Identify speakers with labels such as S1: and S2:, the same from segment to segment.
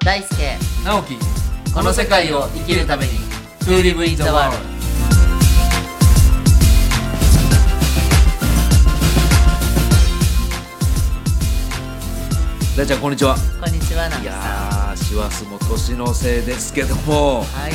S1: 大輔
S2: 直樹
S1: この世界を生きるために
S2: To live in the world 大ちゃんこんにちは
S1: こんにちは直
S2: い
S1: 樹
S2: や
S1: さん
S2: ー師走も年のせいですけども
S1: はい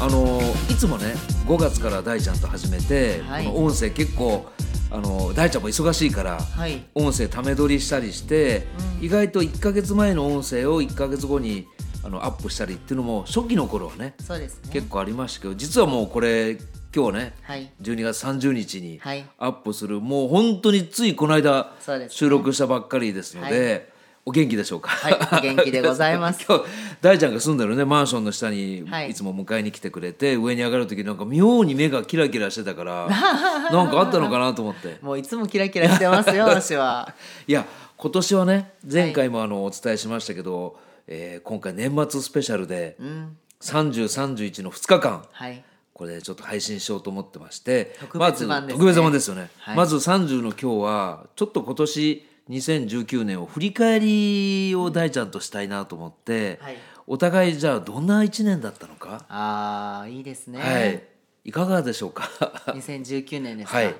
S2: あのーいつもね5月から大ちゃんと始めて、
S1: はい
S2: この音声結構あのー大ちゃんも忙しいから、
S1: はい
S2: 音声ため撮りしたりして、意外と1ヶ月前の音声を1ヶ月後にあのアップしたりっていうのも初期の頃はね
S1: そうですね
S2: 結構ありましたけど実はもうこれ今日ね
S1: はい
S2: 12月30日に
S1: はい
S2: アップする、もう本当についこの間
S1: そうですね
S2: 収録したばっかりですので、お元気でしょうか
S1: はい元気でございます
S2: 今日大ちゃんが住んでるねマンションの下に
S1: はい
S2: いつも迎えに来てくれて、上に上がる時なんか妙に目がキラキラしてたから なんかあったのかなと思って
S1: もういつもキラキラして ますよ私はい
S2: や今年はね前回もあのお伝えしましたけど、えー今回年末スペシャルで3031の2日間、
S1: はい
S2: これちょっと配信しようと思ってまして
S1: 特別版ですね
S2: まず特別版ですよね、
S1: はい
S2: まず30の今日はちょっと今年2019年を振り返りを大ちゃんとしたいなと思って、
S1: はい
S2: お互いじゃあどんな1年だったのか、
S1: あーいいですね、
S2: はいいかがでしょうか
S1: 2019年 ですか、
S2: はい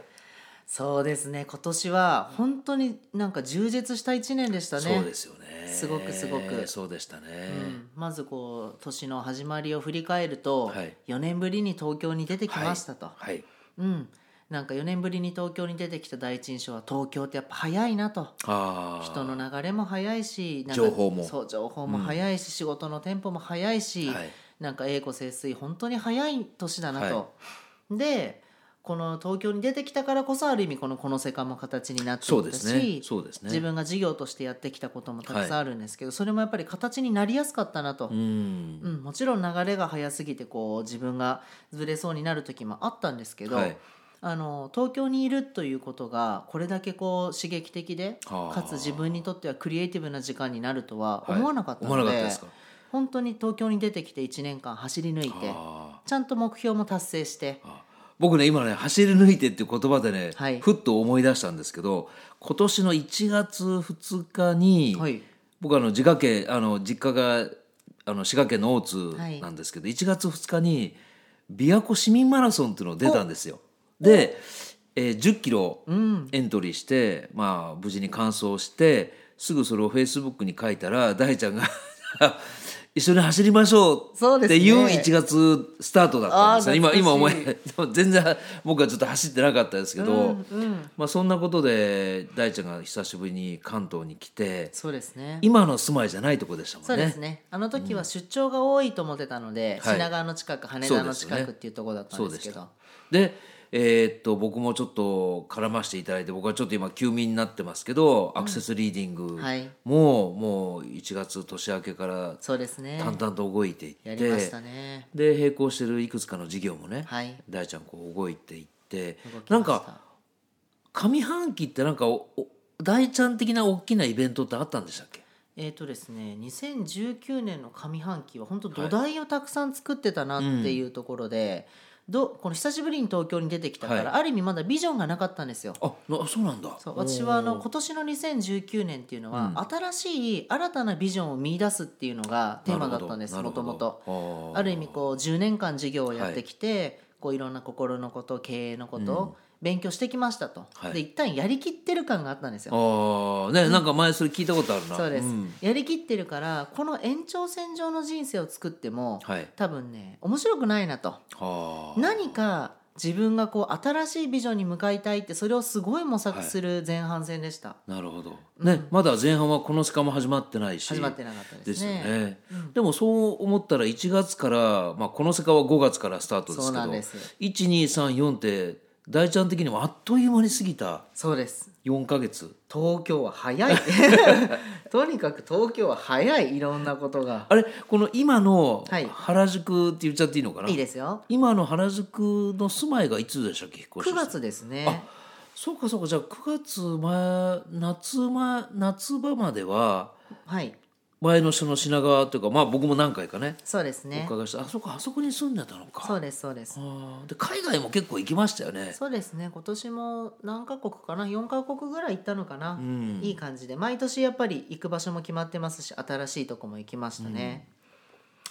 S1: そうですね今年は本当になんか充実した1年でしたね
S2: そうですよね
S1: すごくすごく
S2: そうでしたね、
S1: うんまずこう年の始まりを振り返ると、
S2: はい
S1: 4年ぶりに東京に出てきましたと、
S2: はい
S1: うんなんか4年ぶりに東京に出てきた第一印象は東京ってやっぱ早いなと
S2: あー
S1: 人の流れも早いしなんか
S2: 情報も
S1: そう情報も早いし、仕事のテンポも早いし、
S2: はい
S1: なんか英語清水本当に早い年だなと、
S2: は
S1: でこの東京に出てきたからこそある意味この「この世界」も形になって
S2: そ
S1: いうっ
S2: で
S1: た
S2: すね
S1: し、
S2: そうですね
S1: 自分が事業としてやってきたこともたくさんあるんですけど、それもやっぱり形になりやすかったなと、
S2: うん
S1: うん、もちろん流れが早すぎてこう自分がずれそうになる時もあったんですけど、
S2: はい
S1: あの東京にいるということがこれだけこう刺激的で
S2: あー
S1: かつ自分にとってはクリエイティブな時間になるとは
S2: はい
S1: 思わなかったので,、
S2: 思わなかったですか
S1: 本当に東京に出てきて1年間走り抜いて
S2: あ
S1: ちゃんと目標も達成して
S2: ーあ僕ね今ね「走り抜いて」っていう言葉でね、
S1: はい
S2: ふっと思い出したんですけど今年の1月2日に、
S1: はい
S2: 僕あの自家家あの実家があの滋賀県の大津
S1: はい
S2: なんですけど、1月2日に琵琶湖市民マラソンっていうのを出たんですよ。で、えー10キロエントリーして、まあ、無事に完走してすぐそれをフェイスブックに書いたら大ちゃんが 一緒に走りましょ
S1: そう
S2: う
S1: で
S2: っ
S1: すね
S2: ていう1月スタートだったんですよ、
S1: あ
S2: 今
S1: ー
S2: 今思い
S1: 懐
S2: 全然僕はちょっと走ってなかったですけど、まあ、そんなことで大ちゃんが久しぶりに関東に来て。
S1: そうですね
S2: 今の住まいじゃないとこでしたもんね。
S1: そうですねあの時は出張が多いと思ってたので、
S2: はい
S1: 品川の近く羽
S2: そ
S1: 田
S2: う
S1: の
S2: ですよね
S1: 近くっていうところだったんですけど
S2: で、えーっと僕もちょっと絡ませていただいて僕はちょっと今休眠になってますけど、アクセスリーディング
S1: はい
S2: も、もう1月年明けから
S1: そうですね
S2: 淡々と動いていって、
S1: やりましたね
S2: で並行してるいくつかの事業もね、
S1: はい
S2: 大ちゃんこう動いていって
S1: 動きました
S2: なんか上半期ってなんかおお大ちゃん的な大きなイベントってあったんでしたっけ
S1: えーとですね、2019年の上半期は本当土台をたくさん作ってたなっていうところで、どこの久しぶりに東京に出てきたから、
S2: はい
S1: ある意味まだビジョンがなかったんですよ。
S2: あなそうなんだ
S1: そう私はあの今年の2019年っていうのは、新しい新たなビジョンを見出すっていうのがテーマだったんです
S2: なる
S1: も
S2: ほど
S1: ともと。
S2: あー
S1: ある意味こう10年間事業をやってきて、い、こういろんな心のこと経営のことを勉強してきましたと、
S2: はい
S1: で一旦やりきってる感があったんですよ。
S2: ああね、なんか前それ聞いたことあるな
S1: そうです、
S2: ん
S1: やりきってるからこの延長線上の人生を作っても、
S2: はい
S1: 多分ね面白くないなと
S2: はあ
S1: 何か自分がこう新しいビジョンに向かいたいってそれをすごい模索する前半戦でした、
S2: なるほど、ねまだ前半はこの時間も始まってないし
S1: 始まってなかったです
S2: ですよ
S1: ね
S2: ね、でもそう思ったら1月から、まあ、この世界は5月からスタートです
S1: そう
S2: け
S1: なん
S2: ど
S1: です
S2: 1234って大ちゃん的にもあっという間に過ぎた
S1: そうです
S2: 4か月
S1: 東京は早 いとにかく東京は早いいろんなことが
S2: あれこの今の
S1: はい
S2: 原宿って言っちゃっていいのかな、
S1: いいですよ
S2: 今の原宿の住まいがいつでしたっけ引っ越し
S1: 9月ですね
S2: そうかそうかじゃあ9月前夏前夏場までは
S1: はい
S2: 前の人の品川というかまあ僕も何回かね
S1: そうです
S2: お
S1: ね
S2: 伺いしてあそこあそこに住んでたのか
S1: そうですそうです
S2: あーで海外も結構行きましたよね
S1: そうですね今年も何カ国かな4カ国ぐらい行ったのかな、いい感じで毎年やっぱり行く場所も決まってますし新しいとこも行きましたね、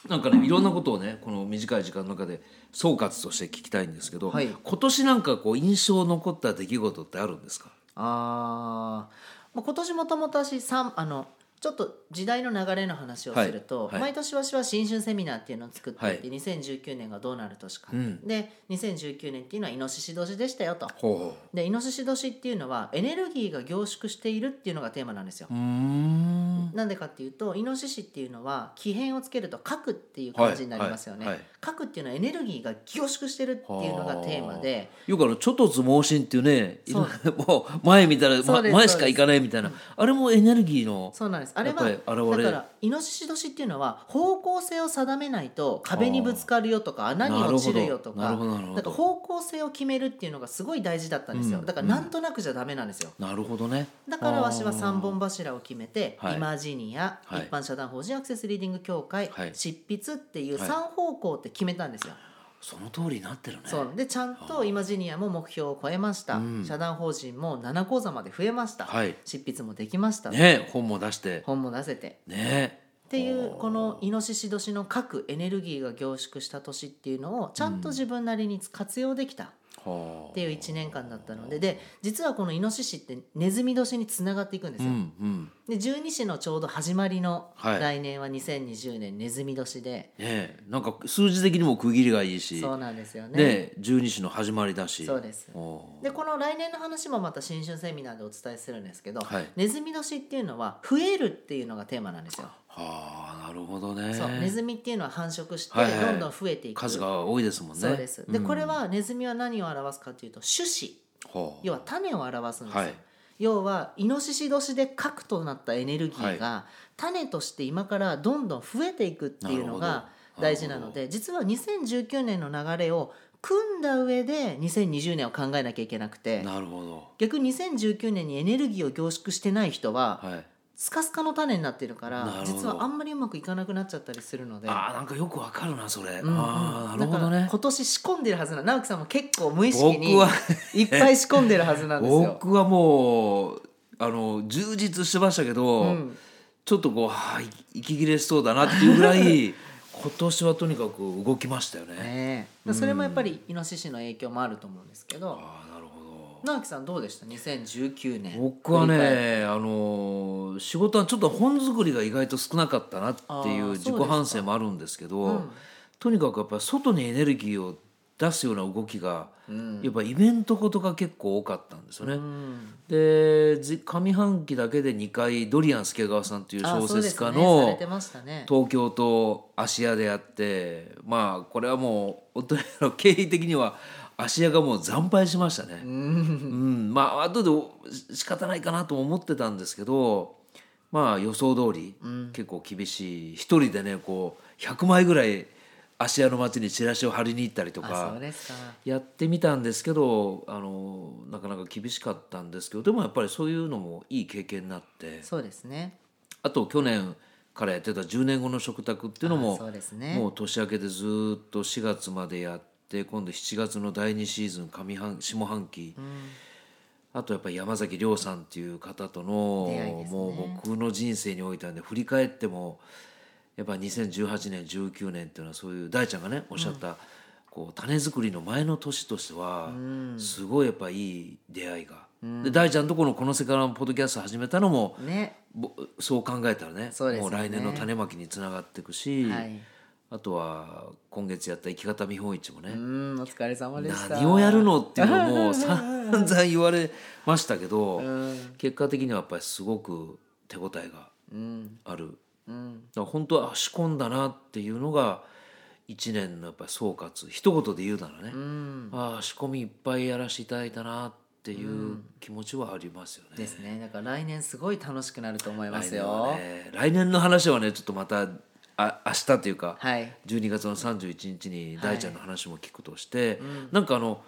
S2: なんかねいろんなことをねこの短い時間の中で総括として聞きたいんですけど、
S1: はい
S2: 今年なんかこう印象残った出来事ってあるんですか
S1: あーまあ今年もともと私さんあのちょっと時代の流れの話をすると、
S2: はいはい
S1: 毎年私は新春セミナーっていうのを作っていて、
S2: はい
S1: 2019年がどうなる年か、
S2: ん
S1: で2019年っていうのはイノシシ年でしたよと
S2: ほ
S1: でイノシシ年っていうのはエネルギーが凝縮しているっていうのがテーマなんですよ、
S2: ううん
S1: なんでかっていうとイノシシっていうのは気変をつけると核っていう感じになりますよね、
S2: はいはいはい
S1: 核っていうのはエネルギーが凝縮してるっていうのがテーマで
S2: よくあの「ちょっとず盲信」っていうねい
S1: そ
S2: ろ
S1: うん
S2: な もう前見たら、
S1: そう
S2: ま
S1: です
S2: 前しか行かないみたいなあれもエネルギーの
S1: そうなんですあれは
S2: やっぱり現れ
S1: だからイノシシ年っていうのは方向性を定めないと壁にぶつかるよとか穴に落ちるよと
S2: な
S1: か
S2: るほどなるほど
S1: なんか方向性を決めるっていうのがすごい大事だったんですよ、
S2: うん
S1: だからなんとなくじゃダメなんですよ、
S2: なるほどね
S1: だからわしは
S2: 三
S1: 3本柱を決めて、
S2: はい
S1: イマジニア、
S2: はい
S1: 一般社団法人アクセスリーディング協会、
S2: はい
S1: 執筆っていう
S2: はい
S1: 3方向って決めたんですよ、
S2: その通りになってるね
S1: そうでちゃんとイマジニアも目標を超えました、
S2: うん
S1: 社団法人も7講座まで増えました、
S2: はい
S1: 執筆もできました、
S2: ね本も出して
S1: 本も出せて
S2: ね
S1: っていうこのイノシシ年の各エネルギーが凝縮した年っていうのをちゃんと自分なりに活用できたっ
S2: は
S1: ていう1年間だったのでで実はこのイノシシってネズミ年につながっていくんです
S2: うん
S1: よ。
S2: うん
S1: で十二支のちょうど始まりの
S2: はい
S1: 来年は2020年ネズミ年で、
S2: ねなんか数字的にも区切りがいいし
S1: そうなんですよね。
S2: ね十二支の始まりだし
S1: そうです
S2: おー
S1: でこの来年の話もまた新春セミナーでお伝えするんですけど、
S2: はい
S1: ネズミ年っていうのは増えるっていうのがテーマなんですよ。
S2: はあなるほどね
S1: そうネズミっていうのは繁殖して
S2: はいはい
S1: どんどん増えていく、
S2: 数が多いですもんね
S1: そうです。で、
S2: ん
S1: これはネズミは何を表すかというと種子
S2: はあ
S1: 要は種を表すんですよ。
S2: はい
S1: 要はイノシシ年で核となったエネルギーが、種として今からどんどん増えていくっていうの
S2: なる
S1: が
S2: ほど
S1: 大事なので実は2019年の流れを組んだ上で2020年を考えなきゃいけなくて
S2: なるほど
S1: 逆に2019年にエネルギーを凝縮してない人は、
S2: はい
S1: スカスカの種になってるか
S2: なる
S1: ら
S2: ほど
S1: 実はあんまりうまくいかなくなっちゃったりするので。
S2: あーなんかよくわかるなそれ、
S1: うんうん
S2: ああなるほど
S1: だから
S2: ね
S1: 今年仕込んでるはずな直樹さんも結構無意識に
S2: 僕はい
S1: っぱい仕込んでるはずなんですよ。
S2: 僕はもうあの充実してましたけど、
S1: うん
S2: ちょっとこうはあい息切れしそうだなっていうぐ らい今年はとにかく動きましたよね。
S1: ねえ、それもやっぱりイノシシの影響もあると思うんですけど
S2: ああなるほど
S1: 直樹さんどうでした2019年
S2: 僕は
S1: 振り返り
S2: ねあの仕事はちょっと本作りが意外と少なかったなってい
S1: あー
S2: う自
S1: そうです
S2: 己
S1: か
S2: 反省もあるんですけど
S1: うん
S2: とにかくやっぱり外にエネルギーを出すような動きが、
S1: うん
S2: やっぱイベントごとが結構多かったんですよね。
S1: うん
S2: でじ上半期だけで2回ドリアン助川さんという
S1: あ
S2: 小
S1: そうで
S2: 説
S1: す
S2: 家
S1: ねされ
S2: の
S1: てましたね
S2: 東京と芦屋でやってまあこれはもう本当にあの経緯的には芦屋がもう惨敗しましたね。うん、まあ後でし仕方ないかなとも思ってたんですけどまあ予想通り、結構厳しい一人でねこう100枚ぐらい芦屋の街にチラシを貼りに行ったりと
S1: あ
S2: か
S1: そうですか
S2: やってみたんですけどあのなかなか厳しかったんですけどでもやっぱりそういうのもいい経験になって
S1: そうですね
S2: あと去年からやってた「10年後の食卓」っていうの
S1: あ
S2: も
S1: そうですね
S2: もう年明けでずーっと4月までやって今度7月の第2シーズン上半下半期、あとやっぱり山崎亮さんっていう方との、
S1: 出会いですね
S2: もう僕の人生においてはね振り返ってもやっぱ2018年19年っていうのはそういう大ちゃんがねおっしゃった、こう種作りの前の年としては、すごいやっぱいい出会いが。で大ちゃんとこの「この世界のポッドキャスト」始めたのも、
S1: ね
S2: ぼそう考えたらね
S1: そうです
S2: も
S1: よ
S2: う
S1: ね
S2: 来年の種まきにつながっていくし、
S1: はい
S2: あとは今月やった生き方見本市も
S1: う
S2: ね、
S1: んお疲れ様でした
S2: 何をやるのっていうのも散々言われましたけ ど、
S1: うん
S2: 結果的にはやっぱりすごく手応えが
S1: うん
S2: ある
S1: うん
S2: だから本当はあ仕込んだなっていうのが一年のやっぱり総括一言で言うならね、
S1: うん
S2: ああ仕込みいっぱいやらせていただいたなっていう気持ちはありますよね。
S1: ですねだから来年すごい楽しくなると思いま
S2: 来
S1: す
S2: 年
S1: よ
S2: はね来年の話はねちょっとまたあ明日というか、
S1: はい
S2: 12月の31日に大ちゃんの話も聞くとして、なんかあの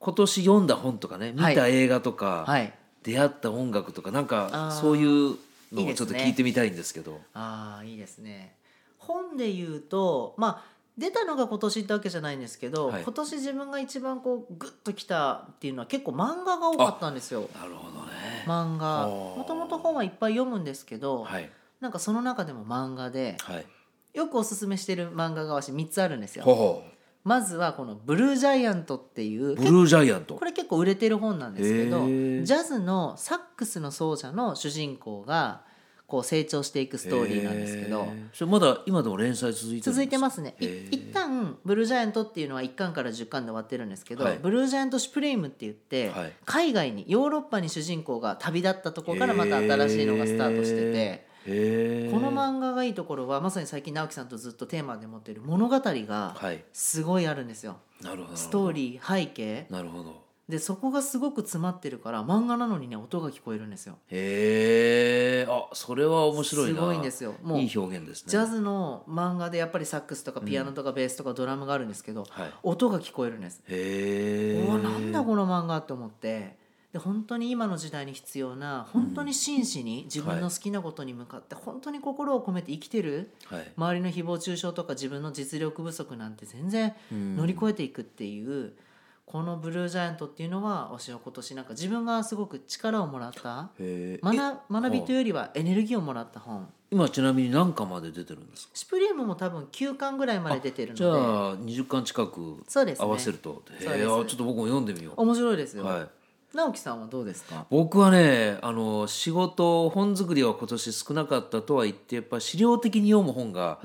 S2: 今年読んだ本とかね見
S1: はい
S2: た映画とか、
S1: はい
S2: 出会った音楽とかなん
S1: あ
S2: か
S1: ー
S2: そういう
S1: いい
S2: のを
S1: です
S2: ちょ
S1: ね
S2: っと聞いてみたいんですけど
S1: ああいいですね本で言うとまあ出たのが今年ってわけじゃないんですけど、
S2: はい
S1: 今年自分が一番こうグッときたっていうのは結構漫画が多かったんですよ
S2: なるほどね
S1: 漫画
S2: おー
S1: もともと本はいっぱい読むんですけど、
S2: はい
S1: なんかその中でも漫画で
S2: はい
S1: よくおすすめしてる漫画が私3つあるんですよ
S2: ほうほ
S1: まずはこの「ブルージャイアント」っていう
S2: うブルージャイアント
S1: これ結構売れてる本なんですけ
S2: へ
S1: どジ
S2: ー
S1: ャズのサックスの奏者の主人公がこう成長していくストーリーなんですけ
S2: へ
S1: ど
S2: ーそれまだ今でも連載続いてるんですか
S1: 続いてますねい
S2: へー
S1: 一旦ブルージャイアントっていうのは1巻から10巻で終わってるんですけど
S2: はい
S1: ブルージャイアント・シュプリームって言って
S2: はい
S1: 海外にヨーロッパに主人公が旅立ったところからまた新しいのがスタートしてて。
S2: へー
S1: この漫画がいいところはまさに最近直樹さんとずっとテーマで持っている物語が
S2: はい
S1: すごいあるんですよ、
S2: なるほど
S1: ストー
S2: ー
S1: リー背景
S2: なるほど
S1: でそこがすごく詰まってるから漫画なのにね音が聞こえるんですよ
S2: へえあそれは面白いな
S1: すごいんですよもう
S2: いい表現ですね
S1: ジャズの漫画でやっぱりサックスとかピアノとかベースとかドラムがあるんですけど、
S2: はい
S1: 音が聞こえるんです、
S2: へえ
S1: おおなんだこの漫画って思ってで本当に今の時代に必要な本当に真摯に自分の好きなことに向かって本当に心を込めて生きてる
S2: はい
S1: 周りの誹謗中傷とか自分の実力不足なんて全然乗り越えていくっていう、この「ブルージャイアント」っていうのは私は今年なんか自分がすごく力をもらった
S2: へーえ
S1: 学学びというよりはエネルギーをもらった本
S2: 今ちなみに何巻まで出てるんですか
S1: シュプリームも多分9巻ぐらいまで出てるの
S2: じ
S1: で
S2: ゃあ20巻近く
S1: そうですね
S2: 合わせるとへ
S1: そう
S2: え
S1: です
S2: あちょっと僕も読んでみよ
S1: 面白いです
S2: う
S1: よ、
S2: はい
S1: 直樹さんはどうですか
S2: 僕はねあの仕事本作りは今年少なかったとは言ってやっぱ資料的に読む本が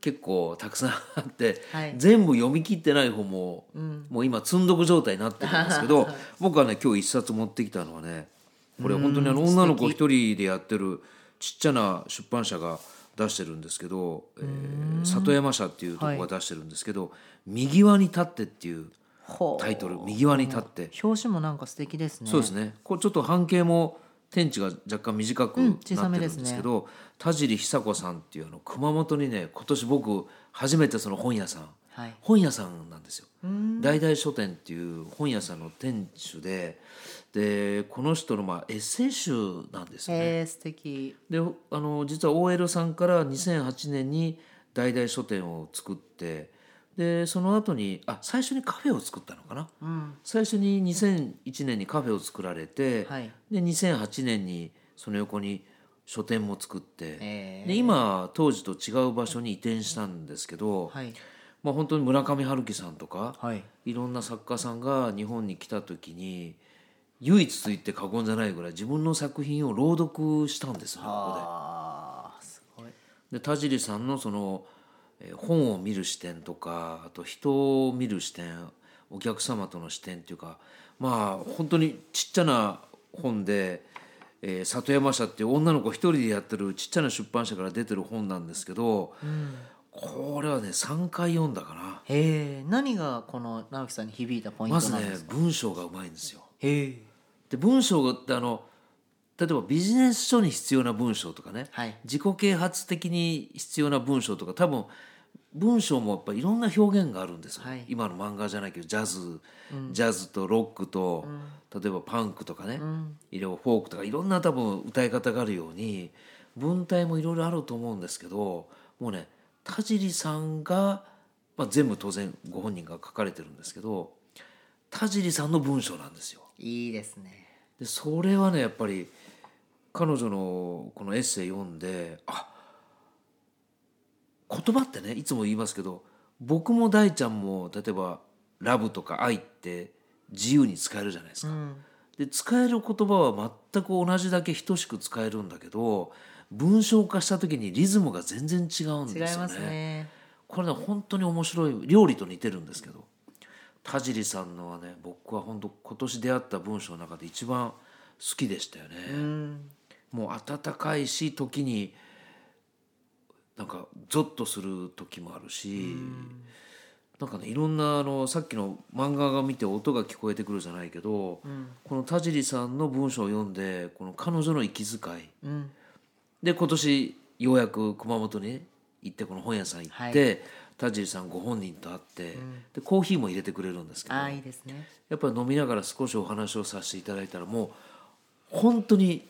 S2: 結構たくさんあって、
S1: はい
S2: 全部読み切ってない本も、もう今積んどく状態になってるんですけ ど僕はね今日一冊持ってきたのはねこれ本当にあの女の子一人でやってるちっちゃな出版社が出してるんですけど、えー里山社っていうとこが出してるんですけど「右輪に立って」っていう
S1: ほう
S2: タイトル「右輪に立って」
S1: 表紙もなんか素敵ですね
S2: そうですね。こうちょっと半径も天地が若干短く
S1: ん
S2: なって
S1: 小さ
S2: るん
S1: め
S2: で
S1: ですね
S2: すけど、田尻久子さんっていうあの熊本にね今年僕初めてその本屋さん
S1: はい
S2: 本屋さんなんですよ。大々書店っていう本屋さんの店主で、でこの人のまあエッセイ集なんですよね。
S1: へえ素敵
S2: であの実は OL さんから2008年に大々書店を作ってでその後にあ最初にカフェを作ったのかな、最初に2001年にカフェを作られて、
S1: はい
S2: で2008年にその横に書店も作って、
S1: え
S2: で今当時と違う場所に移転したんですけど、
S1: はい
S2: まあ、本当に村上春樹さんとか、
S1: はい
S2: いろんな作家さんが日本に来た時に唯一と言って過言じゃないぐらい自分の作品を朗読したんですよねここで。
S1: ああすごい
S2: で田尻さんのそのえー本を見る視点とかあと人を見る視点お客様との視点っていうかまあ本当にちっちゃな本で、えー里山社っていう女の子一人でやってるちっちゃな出版社から出てる本なんですけど、これはね3回読んだかな。
S1: へえ何がこの直樹さんに響いたポイン
S2: ま
S1: ト
S2: ず
S1: なん
S2: ね
S1: ですか、
S2: 文章がうまいんですよ。
S1: へえ
S2: で文章がってあの例えばビジネス書に必要な文章とかね、
S1: はい
S2: 自己啓発的に必要な文章とか多分文章もやっぱいろんな表現があるんですよ、
S1: はい
S2: 今の漫画じゃないけどジャズ、ジャズとロックと、例えばパンクとかね、いろいろフォークとかいろんな多分歌い方があるように文体もいろいろあると思うんですけどもうね田尻さんが、まあ、全部当然ご本人が書かれてるんですけど田尻さんの文章なんですよ。
S1: いいですね
S2: でそれはねやっぱり彼女のこのエッセイ読んであ言葉ってねいつも言いますけど僕も大ちゃんも例えば「ラブ」とか「愛」って自由に使えるじゃないですか。で使える言葉は全く同じだけ等しく使えるんだけど文章化した時にリズムが全然違うん
S1: 違い
S2: ですよ
S1: ますね
S2: これね本当に面白い料理と似てるんですけど田尻さんのはね僕は本当今年出会った文章の中で一番好きでしたよね。もう温かいし時になんかゾッとする時もあるし、なんかねいろんなあのさっきの漫画が見て音が聞こえてくるじゃないけど、この田尻さんの文章を読んでこの彼女の息遣い、
S1: ん
S2: で今年ようやく熊本に行ってこの本屋さん行って、田尻さんご本人と会って、でコーヒーも入れてくれるんですけど
S1: ああいいですね
S2: やっぱり飲みながら少しお話をさせていただいたらもう本当に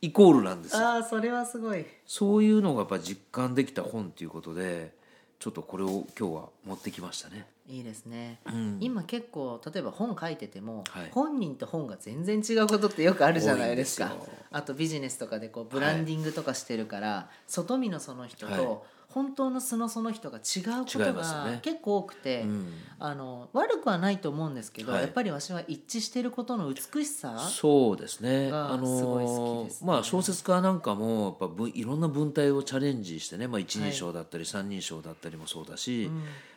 S2: イコールなんですよ
S1: ああそれはすごい
S2: そういうのがやっぱ実感できた本ということでちょっとこれを今日は持ってきましたね。
S1: いいですね、今結構例えば本書いてても、
S2: はい
S1: 本人と本が全然違うことってよくあるじゃないですか
S2: 多いんです
S1: あとビジネスとかでこうブランディングとかしてるから、外見のその人
S2: はい
S1: と本当の素のその人が違うこ
S2: 違
S1: と
S2: いますよ
S1: が
S2: ね
S1: 結構多くて、
S2: うん
S1: あの悪くはないと思うんですけど、
S2: はい
S1: やっぱりわしは一致してることの美しさ
S2: そうですね。
S1: が
S2: あ
S1: すごい好
S2: の
S1: きですね
S2: まあ小説家なんかもやっぱぶいろんな文体をチャレンジしてね、まあ一人称だったり三人称だったりもそうだし、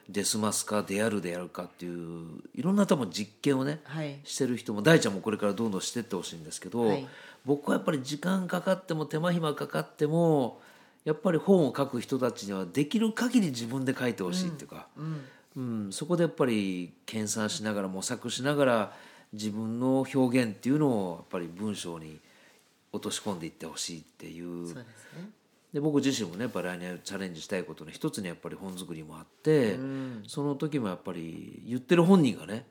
S2: デスマスかであるでやるかっていういろんな多分実験をね、
S1: はい
S2: してる人も大ちゃんもこれからどんどんしてってほしいんですけど、
S1: はい
S2: 僕はやっぱり時間かかっても手間暇かかってもやっぱり本を書く人たちにはできる限り自分で書いてほしいっていうか、うんそこでやっぱり研鑽しながら模索しながら自分の表現っていうのをやっぱり文章に落とし込んでいってほしいっていう
S1: そうですね
S2: で僕自身もねやっぱ来年チャレンジしたいことの一つにやっぱり本作りもあって、その時もやっぱり言ってる本人がね、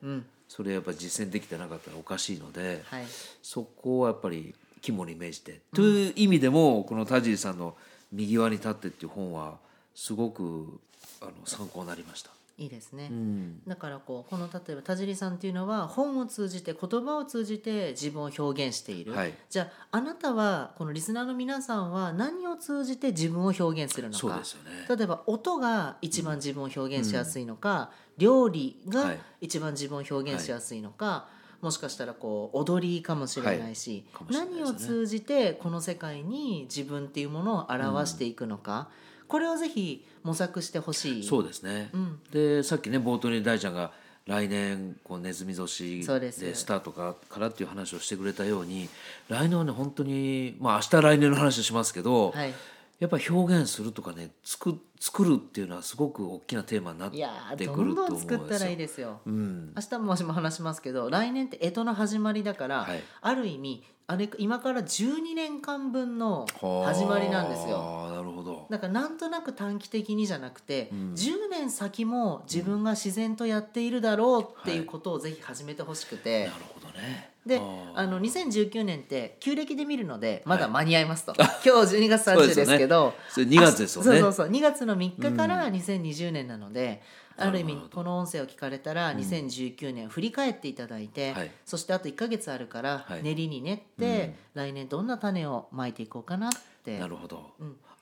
S2: それやっぱ実践できてなかったらおかしいので、
S1: はい
S2: そこはやっぱり肝に銘じて、という意味でもこの田尻さんの「右輪に立って」っていう本はすごくあの参考になりました。
S1: いいですね、
S2: うん
S1: だからこうこの例えば田尻さんっていうのは本を通じて言葉を通じて自分を表現している、
S2: はい
S1: じゃああなたはこのリスナーの皆さんは何を通じて自分を表現するのか
S2: そうですよね
S1: 例えば音が一番自分を表現しやすいのか、料理
S2: は
S1: が
S2: い
S1: 一番自分を表現しやすいのか、もしかしたらこう踊りかもしれないし,、
S2: はいかもしれないですね
S1: 何を通じてこの世界に自分っていうものを表していくのか、これをぜひ模索してほしい。
S2: そうですね、でさっきね冒頭に大ちゃんが来年こうネズミ年
S1: そう
S2: で
S1: です
S2: スタートかからっていう話をしてくれたように来年はね本当にまあ明日来年の話しますけど、
S1: はい
S2: やっぱ表現するとかね作作るっていうのはすごく大きなテーマになっ
S1: いやー
S2: て
S1: ど
S2: くる
S1: ん
S2: と
S1: ど
S2: 思うん
S1: ん
S2: ですよ。
S1: 作ったらいいですよ。
S2: うん、
S1: 明日も私も話しますけど来年って干支の始まりだから、
S2: はい
S1: ある意味あれ今から12年間分の始まりなんですよ。
S2: はあ。なるほど。
S1: だからなんとなく短期的にじゃなくて、10年先も自分が自然とやっているだろうっていうことをぜひ始めてほしくて、
S2: なるほどね。
S1: で
S2: あ
S1: あの2019年って旧暦で見るのでまだ間に合います と、今日12月
S2: そう
S1: 30
S2: です
S1: で
S2: よね
S1: すけど
S2: ーそれ2月ですよね。
S1: そうそうそう2月の3日から2020年なので、ある意
S2: な
S1: 味
S2: るほど
S1: この音声を聞かれたら2019年を振り返っていただいて、
S2: はい
S1: そしてあと1か月あるから
S2: はい
S1: 練りに練って、来年どんな種をまいていこうかなって
S2: なるほど。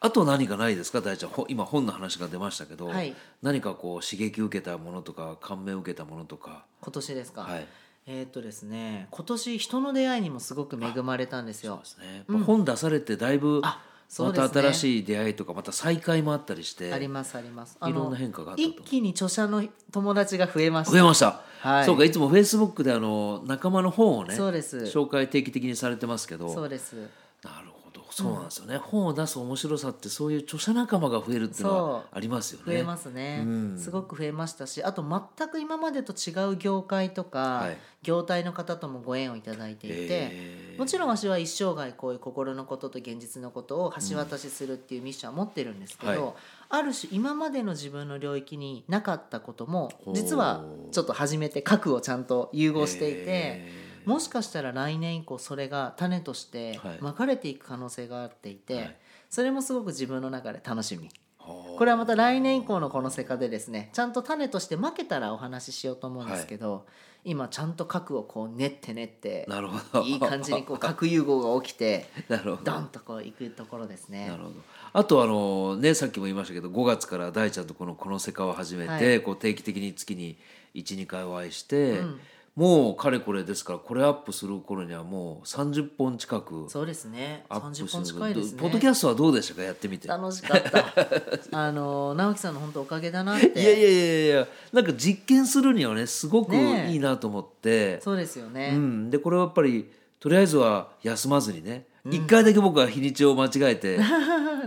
S2: あと何かないですか大ちゃんほ今本の話が出ましたけど、
S1: はい
S2: 何かこう刺激受けたものとか感銘受けたものとか、
S1: 今年ですか、
S2: はい、
S1: えーっとですね今年人の出会いにもすごく恵まれたんです
S2: そう
S1: よ
S2: ですね、やっぱ本出されてだいぶ
S1: あそ
S2: ま
S1: うですね
S2: た新しい出会いとかまた再会もあったりして
S1: ありますありますあ
S2: い
S1: の
S2: ろんな変化があったと
S1: 一気に著者の友達が増えました
S2: 増えました、
S1: はい
S2: そうかいつもフェイスブックであの仲間の本をね
S1: そうです
S2: 紹介定期的にされてますけど
S1: そうです
S2: なるほどそうなんですよね、本を出す面白さってそういう著者仲間が増えるっていうのは
S1: そう
S2: ありますよね。
S1: 増えますね、すごく増えましたしあと全く今までと違う業界とか、
S2: はい
S1: 業態の方ともご縁をいただいていて、
S2: えー
S1: もちろん私は一生涯こういう心のことと現実のことを橋渡しするっていうミッションは持ってるんですけど、
S2: はい
S1: ある種今までの自分の領域になかったことも
S2: ほう
S1: 実はちょっと始めて核をちゃんと融合していて。
S2: えー
S1: もしかしたら来年以降それが種として
S2: はい
S1: まかれていく可能性があっていて、
S2: はい
S1: それもすごく自分の中で楽しみ
S2: はあ
S1: これはまた来年以降のこのセカでですねちゃんと種として負けたらお話ししようと思うんですけど、今ちゃんと核をこう練って練って
S2: なるほど
S1: いい感じ にこう核融合が起きて
S2: なるほど
S1: ドンとこういくところですね
S2: な。るほどあとあのねさっきも言いましたけど5月から大ちゃんとこの「この世界」を始めて、
S1: はい
S2: こう定期的に月に12回お会いして、もうかれこれですからこれアップする頃にはもう30本近く
S1: そうですね
S2: アップ
S1: 30
S2: する
S1: 本近いですね
S2: ポッドキャストはどうでしたかやってみて。
S1: 楽しかった あの直樹さんの本当おかげだなって
S2: いやいやいやいやなんか実験するにはねすごく
S1: ねえ
S2: いいなと思って、
S1: そうですよね、
S2: うん、でこれはやっぱりとりあえずは休まずにね、一1回だけ僕は日にちを間違え て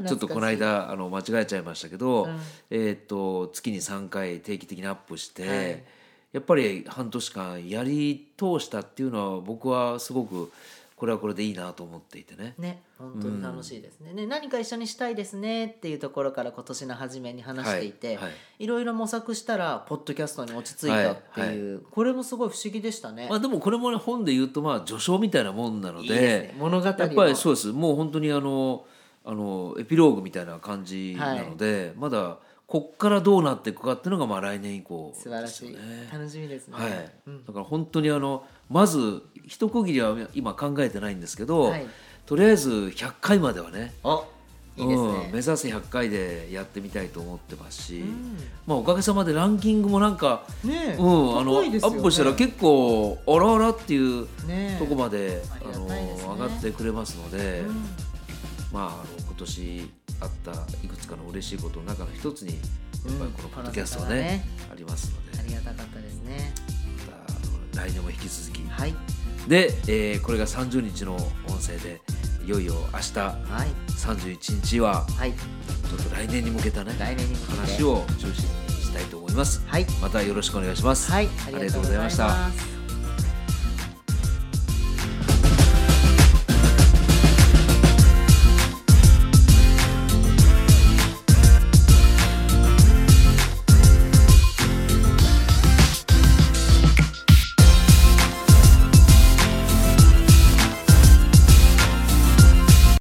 S2: ちょっとこの間あの間違えちゃいましたけど、えーっと月に3回定期的にアップして、
S1: はい
S2: やっぱり半年間やり通したっていうのは僕はすごくこれはこれでいいなと思っていてね。
S1: ね本当に楽しいですね,、ね何か一緒にしたいですねっていうところから今年の初めに話していて、
S2: はい
S1: い
S2: はい
S1: ろいろ模索したらポッドキャストに落ち着いたっていう、これもすごい不思議でしたね。
S2: まあ、でもこれもね本で言うとまあ序章みたいなもんなので
S1: いいですね物語の
S2: やっぱりそうですもう本当にあのあのエピローグみたいな感じなので、まだこっからどうなっていくかっていうのがまあ来年以降
S1: 素晴らしい、
S2: ですよね
S1: 楽しみですね。
S2: はい、だから本当にあのまず一区切りは今考えてないんですけど、
S1: はい
S2: とりあえず100回まではね
S1: お
S2: う
S1: いいです
S2: ん
S1: ね
S2: 目指せ100回でやってみたいと思ってますし、
S1: うん
S2: まあ、おかげさまでランキングもなんか、
S1: ねえ
S2: うん、あの
S1: 高
S2: ア
S1: いですよね
S2: ップしたら結構あらあらっていう
S1: ねえ
S2: とこまで、
S1: ありが
S2: あの
S1: たいですね
S2: 上がってくれますので、
S1: うん
S2: まあ、あの今年あったいくつかの嬉しいことの中の一つにやっぱりこのポッドキャストはね,、
S1: うんこの中
S2: ありますので
S1: ありがたかったですね
S2: またあの来年も引き続き、
S1: はい
S2: で、えーこれが30日の音声でいよいよ明日
S1: はい
S2: 31日は
S1: はい
S2: ちょっと来年に向けたね
S1: 来年に向けて
S2: 話を中心にしたいと思います。
S1: はい
S2: またよろしくお願いします。
S1: はいありがとうございまし
S2: ありがとうございました